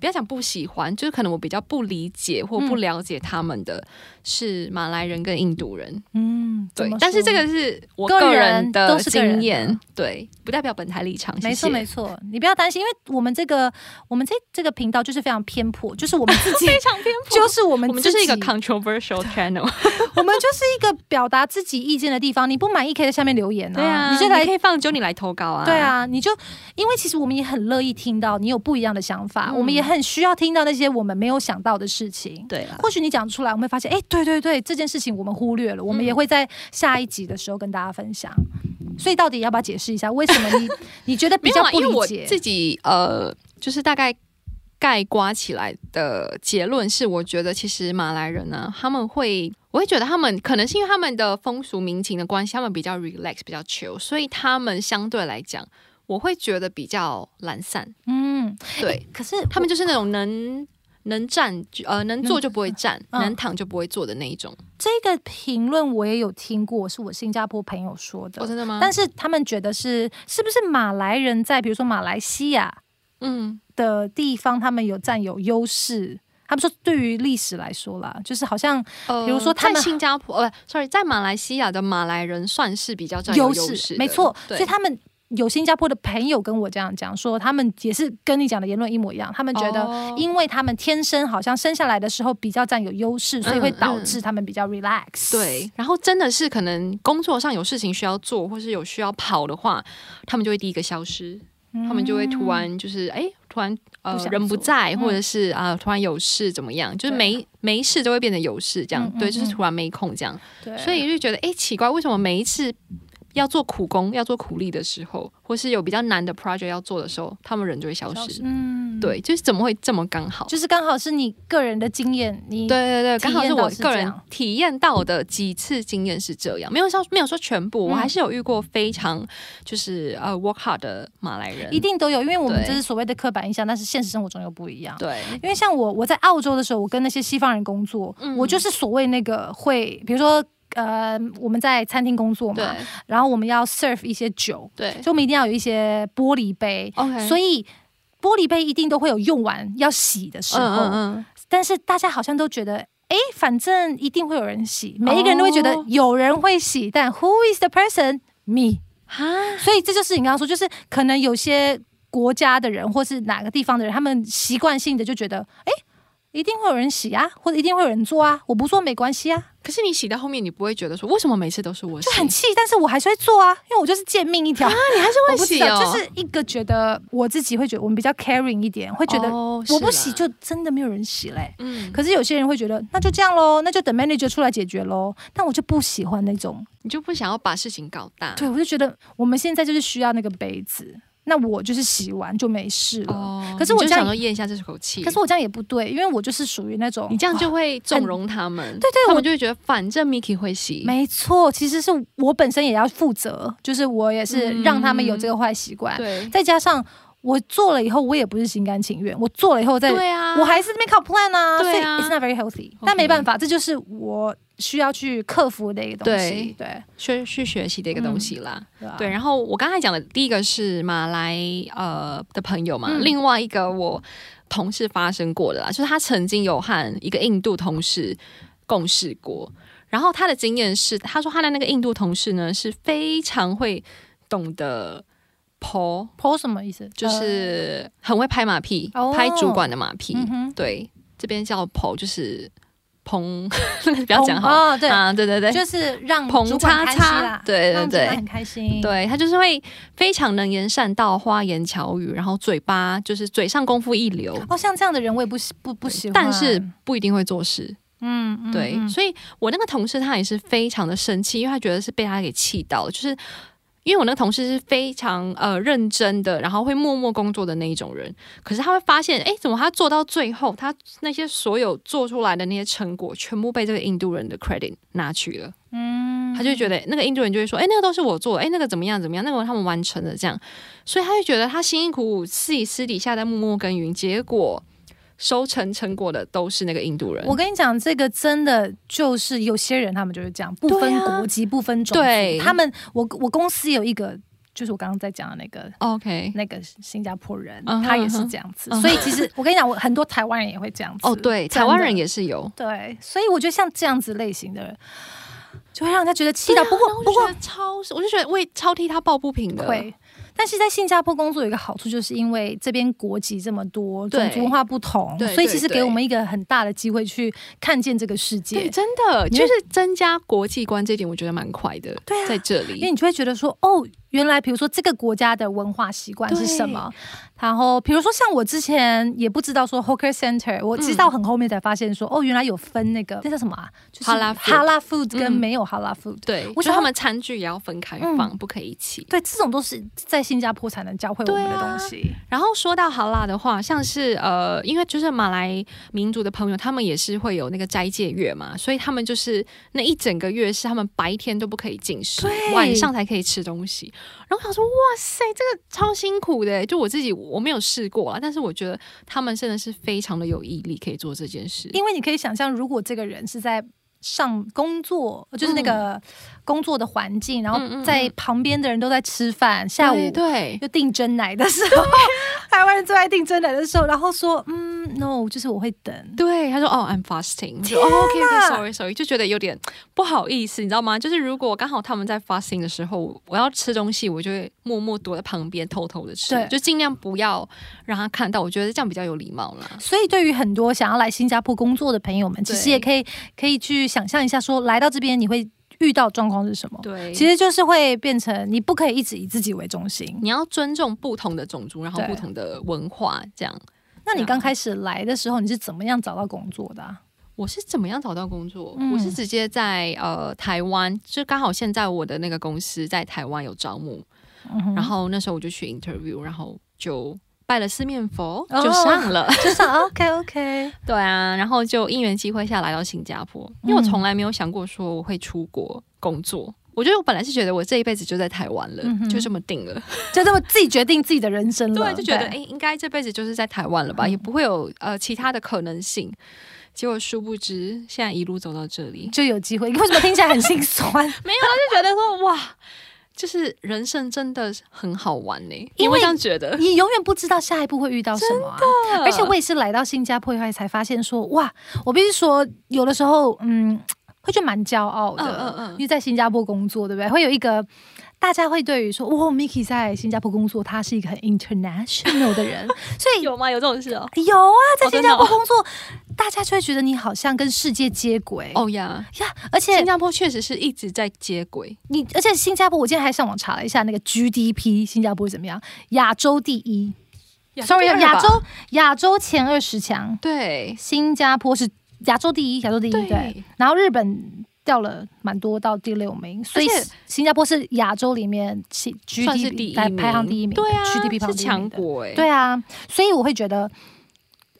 B: 不要讲不喜欢，就是可能我比较不理解或不
C: 嗯
B: 了解他们的是马来人跟印度人。
C: 嗯，怎
B: 对
C: 么，
B: 但是
C: 说
B: 这个是我
C: 个
B: 个
C: 人
B: 人的
C: 都是个人
B: 经
C: 的
B: 验，对，不代表本台立场。
C: 没错没
B: 错，
C: 错，你不要担心，因为我们这个我们这这个频道就是非常偏颇，就是我们自己
B: (laughs) 非常偏颇。
C: 就是我们
B: 我们就是一个
C: 自己
B: controversial channel，
C: (laughs) 我们就是一个表达自己意见的地方。你不满意可以在下面留言啊，
B: 对啊，
C: 你就来
B: 可。以放揪你来投稿
C: (laughs)
B: 啊，
C: 对，啊，你就因为其实我们也很乐意听到你有不一样的想法，
B: 嗯
C: 我们也很需要听到那些我们没有想到的事情。
B: 对啊，
C: 或许你讲出来，我们会发现，哎、对对对，这件事情我们忽略了，我们
B: 嗯
C: 也会在下一集的时候跟大家分享。所以到底要不要解释一下，为什么你 (laughs) 你觉得比
B: 没
C: 较
B: 有啊，
C: 不
B: 因为
C: 理
B: 我
C: 解？
B: 自己呃，就是大概概括起来的结论是，我觉得其实马来人呢，他们会，我会觉得他们可能是因为他们的风俗民情的关系，他们比较 relax，比较 chill，所以他们相对来讲，我会觉得比较懒散，
C: 嗯，
B: 对。
C: 可是
B: 他们就是那种能能站就呃能坐就不会站，
C: 嗯
B: 能躺就不会坐的那一种。
C: 这个评论我也有听过，是我新加坡朋友说的。
B: 哦，真的吗？
C: 但
B: 是
C: 是他们觉得是是不是马来人在比如说马来西亚
B: 嗯，
C: 的地方，他们有占有优势？他们说对于历史来说啦，就是好像
B: 呃
C: 比如说他们
B: 在新加坡呃，sorry，在马来西亚的马来人算是比较占
C: 优
B: 势的，
C: 没错，所以
B: 对
C: 他们有新加坡的朋友跟我这样讲说，他们也是跟你讲的言论一模一样，他们觉得
B: 哦
C: 因为他们天生好像生下来的时候比较占有优势，所以会导致他们比较 relax。
B: 嗯对，然后真的是可能工作上有事情需要做，或是有需要跑的话，他们就会第一个消失，
C: 嗯，
B: 他们就会突然就是哎、突然呃
C: 不想
B: 人不
C: 做
B: 在，
C: 嗯
B: 或者是啊、突然有事怎么样，就是
C: 对
B: 没没事都会变得有事这样，
C: 嗯嗯
B: 对，就是
C: 嗯
B: 突然没空这样，
C: 对，
B: 所以就觉得哎、奇怪，为什么每一次要做苦工、要做苦力的时候，或是有比较难的 project 要做的时候，他们人就会消失，
C: 嗯，
B: 对，就是怎么会这么刚好？
C: 就是刚好是你个人的经验，你
B: 对对对，刚好
C: 体验
B: 是
C: 到
B: 我
C: 是
B: 个
C: 这
B: 人
C: 样
B: 体验到的几次经验是这样，没有说没有说全部，我
C: 嗯
B: 还是有遇过非常就是呃 work hard 的马来人，
C: 一定都有，因为我们
B: 对
C: 这是所谓的刻板印象，但是现实生活中又不一样。
B: 对，
C: 因为像我，我在澳洲的时候，我跟那些西方人工作，
B: 嗯
C: 我就是所谓那个会，比如说，呃，我们在餐厅工作嘛，
B: 对
C: 然后我们要 serve 一些酒，
B: 对
C: 所以我们一定要有一些玻璃杯，
B: ，OK，
C: 所
B: 以
C: 以玻璃杯一定都会有用完要洗的时候，
B: 嗯嗯
C: 但是大家好像都觉得。诶，反正一定会有人洗，每一个人都会觉得
B: 哦
C: 有人会洗，但 Who is the person? Me。
B: 嗯，
C: 所以这就是你刚刚说，就是可能有些国家的人或是哪个地方的人，他们习惯性的就觉得，哎、一定会有人洗啊，或者一定会有人做啊，我不做没关系啊，
B: 可是你洗到后面，你不会觉得说为什么每次都是我洗
C: 就？很气，但是我还是会做啊，因为我就是贱命一条。啊，你还是
B: 会
C: 我不知
B: 洗
C: 道，
B: 哦
C: 就是一个觉得我自己会觉得我们比较 caring 一点，会觉得
B: 哦
C: 我不
B: 是
C: 洗
B: 啦
C: 就真的没有人洗嘞、
B: 嗯，可
C: 可是有些人会觉得，那就这样喽，那就等 manager 出来解决喽。但我就不喜欢那种，
B: 你就不想要把事情搞大，
C: 对我就觉得我们现在就是需要那个杯子，那我就是洗完就没事了。
B: 哦，
C: 可是我
B: 你就
C: 这样
B: 想说咽一下这口气，
C: 可是我这样也不对，因为我就是属于那种
B: 你这样就
C: 哇
B: 会纵容他们，
C: 对对
B: 他
C: 我
B: 们就会觉得反正 Miki 会洗，
C: 没错，其实是我本身也要负责，就是我也是让他们有这个坏习惯，
B: 嗯对
C: 再加上我做了以后，我也不是心甘情愿，我做了以后再，
B: 对啊，
C: 我还是没 complain 啊，所以
B: 对啊
C: it's not very healthy，、
B: OK
C: 但没办法，这就是我需要去克服的一个东西，对
B: 去去学习的一个东西啦。
C: 对啊
B: 对，然后我刚才讲的第一个是马来呃的朋友嘛，
C: 嗯
B: 另外一个我同事发生过的啦，就是他曾经有和一个印度同事共事过，然后他的经验是，他说他的那个印度同事呢是非常会懂得抛，
C: p o 什么意思？
B: 就
C: 呃
B: 是很会拍马屁，
C: 哦
B: 拍主管的马屁，
C: 嗯哼，
B: 对，这边叫抛，就是 (laughs) 砰，不要讲好了。
C: 哦，对，
B: 啊，对对对，
C: 就是让
B: 捧
C: 主管
B: 叉
C: 开心
B: 叉
C: 啦，，
B: 对对
C: 让主管
B: 对
C: 很。开心，
B: 对他就是会非常能言善道、花言巧语，然后嘴巴就是嘴上功夫一流，
C: 哦，像这样的人我也不喜不不喜欢，
B: 但是不一定会做事。
C: 嗯，嗯
B: 对，
C: 嗯
B: 所以我那个同事他也是非常的生气，因为他觉得是被他给气到了，就是。因为我那个同事是非常呃认真的，然后会默默工作的那一种人，可是他会发现，哎，怎么他做到最后，他那些所有做出来的那些成果，全部被这个印度人的 credit 拿去了。
C: 嗯
B: 他就觉得那个印度人就会说，哎、那个都是我做的，哎、那个怎么样怎么样，那个他们完成的这样，所以他就觉得他辛辛苦苦自己私底下在默默耕耘，结果收成成果的都是那个印度人。
C: 我跟你讲，这个真的就是有些人他们就是这样，不
B: 对
C: 分
B: 啊
C: 国籍、不分种
B: 对
C: 族。他们，我我公司有一个，就是我刚刚在讲的那个
B: OK，
C: 那个新加坡人，
B: 嗯哼
C: 他也是这样子。
B: 嗯哼
C: 所以其实我跟你讲，我很多台湾人也会这样子。
B: 哦对，
C: 真的
B: 台湾人也是有
C: 对，所以我觉得像这样子类型的人，就会让人家觉得气到。不过不
B: 啊不
C: 过
B: 过超，我就觉得我也超替他抱不平的。
C: 会。但是在新加坡工作有一个好处，就是因为这边国籍这么多，种
B: 对
C: 族文化不同
B: 对，
C: 所以
B: 对
C: 其实给
B: 对
C: 我们一个很大的机会去看见这个世界。
B: 对，真的
C: 因
B: 就
C: 为
B: 是增加国际观这一点，我觉得蛮快的。
C: 对啊
B: 在这
C: 因为
B: 里，
C: 你就会觉得说，哦，原来比如说这个国家的文化习惯是什么，然后比如说像我之前也不知道说 Hawker Center，我直
B: 嗯
C: 到很后面才发现说，哦，原来有分那个那叫什么啊，就是
B: Halal food
C: Halal food 跟
B: 嗯
C: 没有 Halal food。
B: 对，
C: 我
B: 我
C: 想要
B: 觉得他们餐具也要嗯分开放，不可以一起。
C: 对，这种都是在新加坡才能教会我们的
B: 对啊
C: 东西。
B: 然后说到好辣的话，像是呃，因为就是马来民族的朋友，他们也是会有那个斋戒月嘛，所以他们就是那一整个月是他们白天都不可以进食，
C: 对
B: 晚上才可以吃东西。然后我想说，哇塞，这个超辛苦的耶，就我自己我没有试过啦，但是我觉得他们真的是非常的有毅力，可以做这件事。
C: 因为你可以想象，如果这个人是在上工作，就是那个工作的环境，然
B: 嗯嗯
C: 后
B: 嗯
C: 在旁边的人都在吃饭，下午
B: 对对，
C: 就订真奶的时候， (laughs) 台湾人最爱订真奶的时候，然后说嗯，no，就是我会等。
B: 对，他说哦，I'm fasting，我就、哦、OK OK sorry sorry，就觉得有点不好意思，你知道吗？就是如果刚好他们在 fasting 的时候，我要吃东西，我就会默默躲在旁边偷偷的吃
C: 对，
B: 就尽量不要让他看到，我觉得这样比较有礼貌啦。
C: 所以，对于很多想要来新加坡工作的朋友们，其实
B: 对
C: 也可以可以去想象一下说来到这边你会遇到状况是什么。
B: 对，
C: 其实就是会变成你不可以一直以自己为中心。
B: 你要尊重不同的种族，然后
C: 对
B: 不同的文化，这样。
C: 那你
B: 对啊
C: 刚开始来的时候，你是怎么样找到工作的啊、
B: 我是怎么样找到工作？
C: 嗯
B: 我是直接在呃台湾，就刚好现在我的那个公司在台湾有招募，
C: 嗯哼
B: 然后那时候我就去 interview，然后就拜了四面佛，
C: 哦
B: 就上了。
C: 就是啊 OK
B: (laughs)
C: OK，
B: 对啊，然后就因缘机会下来到新加坡，因为我从来没有想过说我会出国工作。我觉得我本来是觉得我这一辈子就在台湾了，
C: 嗯哼
B: 就这么定了。
C: 就这么自己决定自己的人生了，
B: 对，就觉得哎、诶应该这辈子就是在台湾了吧，也不会有呃其他的可能性。结果殊不知，现在一路走到这里，
C: 就有机会。你为什么听起来很心
B: (laughs)
C: 酸？
B: 没有，就觉得说哇，就是人生真的很好玩呢、你
C: 因
B: 会
C: 为
B: 这样觉得？
C: 你永远不知道下一步会遇到什么、啊。
B: (laughs)
C: 而且我也是来到新加坡以后才发现说，哇，我必须说，有的时候，嗯，会觉得蛮骄傲的，
B: 嗯嗯嗯
C: 因为在新加坡工作，对不对？会有一个大家会对于说，哇，Miki 在新加坡工作，他是一个很 international 的
B: (laughs)
C: 人，所以
B: 有吗？有这种事哦？
C: 有啊，在
B: 哦真
C: 新
B: 的
C: 加坡
B: 哦
C: 工作，大家就会觉得你好像跟世界接轨
B: 哦呀，
C: 呀。而且
B: 新加坡确实是一直在接轨，
C: 你，而且新加坡，我今天还上网查了一下那个 GDP，新加坡是怎么样？亚洲第一，sorry，
B: 第二吧
C: 亚洲亚洲前二十强，
B: 对
C: 新加坡是亚洲第一，亚洲第一对。
B: 对
C: 然后日本掉了蛮多到第六名，所以
B: 而且
C: 新加坡是亚洲里面其 GDP
B: 算是第一
C: 排
B: 名，
C: 排行第一名的，
B: 对啊
C: GDP 排行
B: 是
C: 第一
B: 强
C: 名的。
B: 国哎、
C: 对啊，所以我会觉得，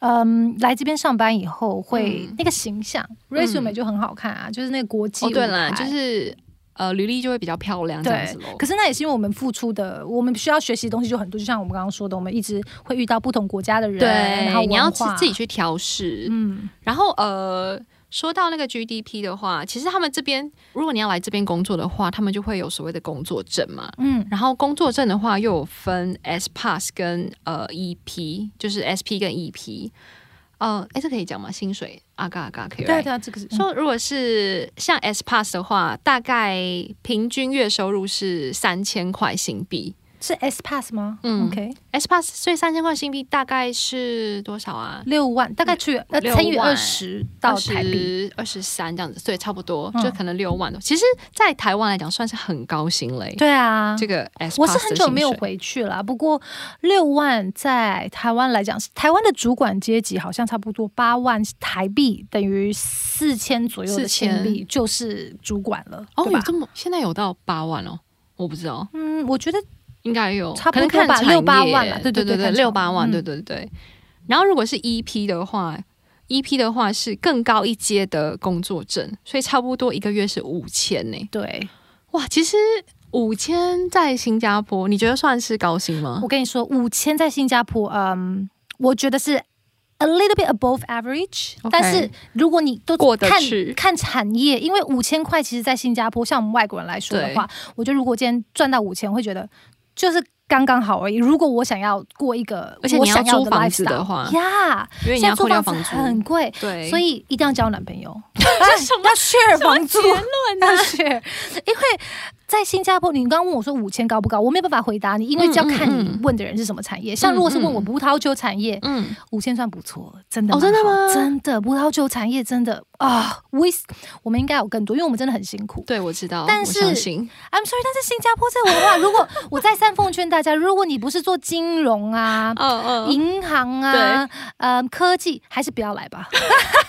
C: 嗯，来这边上班以后会、
B: 嗯
C: 那个形象、resume 就很好看啊，就是那个国际
B: 哦对
C: 舞
B: 啦，
C: 台
B: 就是呃履历就会比较漂亮这样
C: 对
B: 子咯。
C: 可是那也是因为我们付出的，我们需要学习的东西就很多，就像我们刚刚说的，我们一直会遇到不同国家的人，然后
B: 对，你要
C: 文
B: 自
C: 化
B: 自己，去调试。
C: 嗯，
B: 然后呃，说到那个 GDP 的话，其实他们这边如果你要来这边工作的话，他们就会有所谓的工作证嘛。
C: 嗯
B: 然后工作证的话，又有分 S Pass 跟呃 EP，就是 SP 跟 EP。呃，哎，这可以讲吗？薪水啊嘎啊嘎可以。
C: 对啊对啊，这个是
B: 说如果是像 S Pass 的话，大概平均月收入是三千块新币。
C: 是 S Pass 吗？
B: 嗯
C: o k
B: S Pass 所以三千块新币大概是多少啊？
C: 六万大概去呃
B: 六
C: 乘以
B: 万
C: 二十到台币，
B: 二十三这样子，对，差不多，
C: 嗯
B: 就可能六万多。其实，在台湾来讲，算是很高薪嘞。
C: 对啊，
B: 这个 S，
C: 我是很久
B: Pass 的薪水
C: 没有，回去了，不过六万在台湾来讲，台湾的主管阶级好像差不多八万台币，等于四千左右的新币就是主管了，
B: 哦，
C: 对
B: 有
C: 吧？
B: 这么，现在有到八万哦，我不知道，
C: 嗯，我觉得
B: 应该有，
C: 差不
B: 可
C: 多
B: 能
C: 吧
B: 看产业
C: 六八万啦
B: 对
C: 对对
B: 对
C: 对看
B: 六
C: 产
B: 八万，
C: 嗯
B: 对对对。然后如果是 EP 的话，EP 的话是更高一阶的工作证，所以差不多一个月是五千呢。
C: 对。
B: 哇，其实五千在新加坡，你觉得算是高薪吗
C: 我？跟你说，五千在新加坡，嗯，我觉得是 a little bit above average，、
B: OK
C: 但是如果你都
B: 过得
C: 看
B: 去
C: 看产业，因为五千块其实，在新加坡，像我们外国人来说的话，我觉得如果今天赚到五千，会觉得就是。刚刚好而已。如果我想要过一个，
B: 而且
C: 我
B: 你要
C: 想要
B: 租
C: 的
B: 房子
C: lifestyle
B: 的话
C: 呀
B: 因为你
C: 现
B: 要
C: 在
B: 扣
C: 租
B: 掉
C: 房子
B: 房租，
C: 很贵，
B: 对，
C: 所以一定要交男朋友。
B: (laughs)
C: 要 share 房租，要
B: 啊
C: (laughs) share，因为在新加坡，你刚刚问我说五千高不高，我没有办法回答你，因为这要看
B: 嗯嗯
C: 你问的人是什么产业。像如果是问我
B: 嗯嗯
C: 葡萄酒产业，
B: 嗯，
C: 五千算不错了，真的
B: 哦
C: 蛮好
B: 真的吗
C: 真的，葡萄酒产业真的啊，我我们应该有更多，因为我们真的很辛苦。
B: 对，我知道，
C: 但
B: 我
C: 是
B: 相信
C: I'm sorry，但是新加坡这个文化，如
B: (laughs)
C: 果我再三奉劝大家，如果你不是做金融啊，
B: 嗯嗯，
C: 银行啊，呃，科技还是不要来吧， (laughs)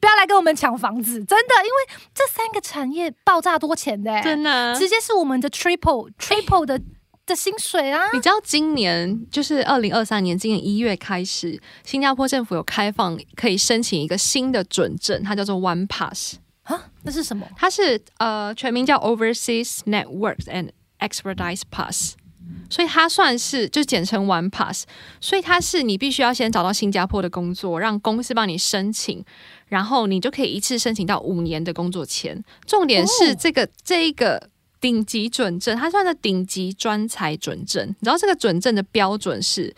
C: 不要来跟我们抢房子，真的，因为这三个产业爆炸多钱的、欸，
B: 真的啊。
C: 直接是我们的 triple triple 的、的薪水啊！
B: 你知道今年就是二零二三年，今年一月开始，新加坡政府有开放可以申请一个新的准证，它叫做 One Pass，
C: 啊，那是什么？
B: 它是呃全名叫 Overseas Networks and Expertise Pass，所以它算是就简称 One Pass，所以它是你必须要先找到新加坡的工作，让公司帮你申请，然后你就可以一次申请到五年的工作签。重点是这个、这一个顶级准证，它算是顶级专才准证。你知道这个准证的标准是，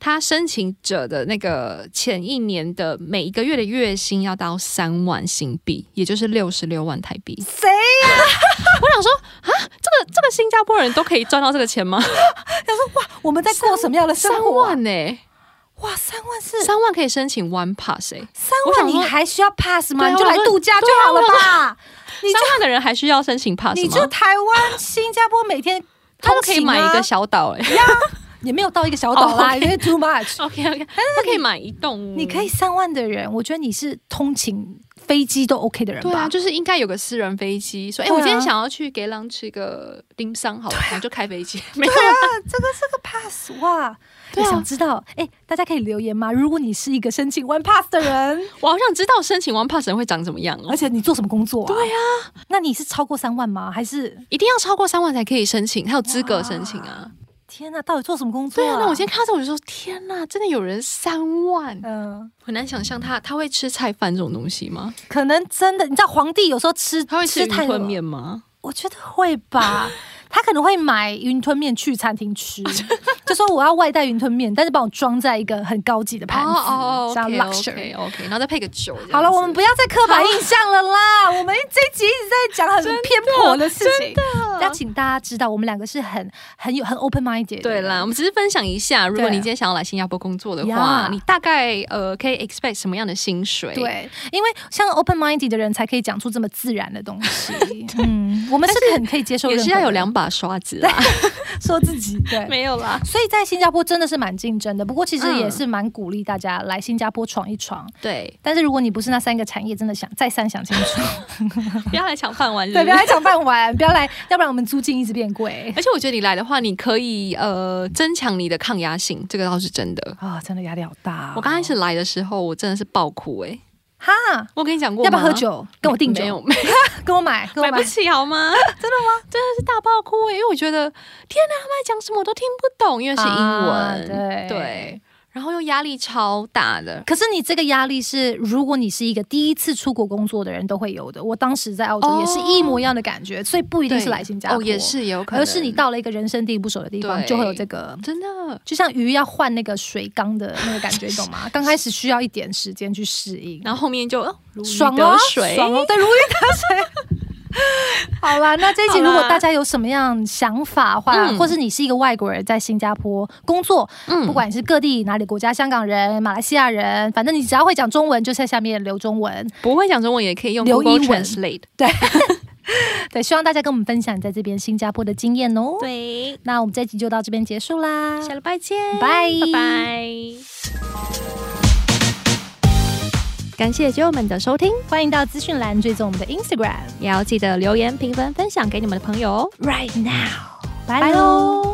B: 他申请者的那个前一年的每一个月的月薪要到三万新币，也就是六十六万台币。
E: 谁呀、
B: 我想说啊，这个这个新加坡人都可以赚到这个钱吗？
E: 我们在过什么样的生
B: 三
E: 活啊、
B: 万呢、欸
E: 哇，三万是
B: 三万可以申请 One Pass 哎、
E: 三
B: 我
E: 万，
B: 想
E: 你
B: 说
E: 还需要 pass 吗？
B: 对
E: 你就来
B: 我想
E: 度
B: 说
E: 假就
B: 对啊
E: 好了
B: 我想
E: 吧？
C: (laughs)
E: 你
B: 三
E: 就
B: 万的人还需要申请 Pass 吗？
E: 你就台湾、新加坡每天
C: 啊
B: 他
E: 通
B: 们可以买一个小岛 (laughs) 哎、
E: 也没有到一个小岛啦，
B: 哦嗯
E: 因为 too much。
B: OK (laughs) OK，他可以买一栋，
C: 你可以三万的人，我觉得你是通勤飞机都 OK 的人
B: 对
C: 吧？
B: 啊，就是应该有个私人飞机，说哎、
E: 对啊
B: 我今天想要去给浪吃个丁商好了，然后就开飞 (laughs) 机，没有
E: 对啊，这个是个 pass 哇！
B: 对啊
C: 我想知道，哎、大家可以留言吗？如果你是一个申请 One Pass 的人，
B: 我好想知道申请 One Pass 人会长怎么样哦 (laughs)
C: 而。且你做什么工作、啊？对呀、啊，那你是超过三万吗？还是
B: 一定要超过三万才可以申请，还有资格申请啊！
C: 天哪、到底做什么工作、
B: 对
C: 啊？
B: 啊，那我今天看到这我就说，天哪，真的有人三万，
C: 嗯，
B: 很难想象他他会吃菜饭这种东西吗？
C: 可能真的，你知道皇帝有时候吃
B: 他会吃
C: 吃
B: 云
C: 太
B: 吞
C: 了
B: 面吗？
C: 我觉得会
B: (laughs)
C: 吧，他可能会买云吞面去餐厅吃，就说我要外带云吞面，但是帮我装在一个很高级的盘子，
B: 哦哦
C: 这样
B: ，OK
C: luxury。
B: OK OK，然后再配个酒这样子。
C: 好了，我们不要再刻板印象了啦！我们这一集一直在讲很偏颇的事情，要请大家知道，我们两个是很很有很 open minded。
B: 对啦，我，们只是分享一下，如果
C: 对啊
B: 你今天想要来新加坡工作的话
C: 呀，
B: 你大概呃可以 expect 什么样的薪水？，
C: 对，因为像 open minded 的人才可以讲出这么自然的东 (laughs) 西。嗯，我们是很可以接受，
B: 也是要有两把刷子啦，
C: 说自己对。
B: 没有啦。
C: 所以在新加坡真的是蛮竞争的，不过其实
B: 嗯
C: 也是蛮鼓励大家来新加坡闯一闯。
B: 对，
C: 但是如果你不是那三个产业，真的想再三想清 (laughs) 楚，
B: 不要来抢饭碗，
C: (laughs) 对，
B: 是
C: 不
B: 不
C: 要
B: 是
C: 来抢饭碗，不要来，要不然我们租金一直变贵
B: 而且我觉得你来的话，你可以呃增强你的抗压性，这个倒是真的。
C: 啊、真的压力好大哦、
B: 我刚开始来的时候，我真的是爆哭哎、
C: 哈，
B: 我跟你讲过
C: 要不要
B: 吗
C: 喝？酒？跟我订酒，
B: 没有，没有
C: 跟我买，跟我
B: 买
C: 买
B: 不。起好
C: (laughs)
B: 吗？真的吗？真的是大爆哭哎、因为我觉得天哪，他们在讲什么我都听不懂，因为是英文，
C: 啊对
B: 对，然后又压力超大的，
C: 可是你这个压力是，如果你是一个第一次出国工作的人都会有的。我当时在澳洲
B: 哦
C: 也是一模一样的感觉，所以不一
B: 一
C: 定是来新加坡，
B: 哦，也，是也有可能，
C: 而是你到了一个人生地不熟的地方，
B: 对
C: 就会有这个
B: 真的
C: 就像鱼要换那个水缸的那个感觉，懂吗？刚开始需要一点时间去适应，
B: 然后后面就哦如鱼
C: 爽
B: 得
C: 哦，
B: 水，
C: 爽哦，对，如鱼得水。好啦，那这一集如
B: 好啦
C: 果大家有什么样想法的话，
B: 嗯
C: 或是你是一个外国人在新加坡工作，
B: 嗯
C: 不管你是各地哪里国家，香港人、马来西亚人，反正你只要会讲中文，就在下面留中文。
B: 不会讲中文也可以用
C: 留
B: Google
C: 英文
B: Translate，
C: 对，希望大家跟我们分享你在这边新加坡的经验哦。，
B: 对，
C: 那我们这一集就到这边结束啦，
B: 下礼拜见，
C: 拜
B: 拜拜。
F: 感谢酒友们的收听，
C: 欢迎到资讯栏追踪我们的 Instagram
F: 也要记得留言、评分、分享给你们的朋友哦。
C: right now，拜
F: 拜
C: 喽
F: 喽。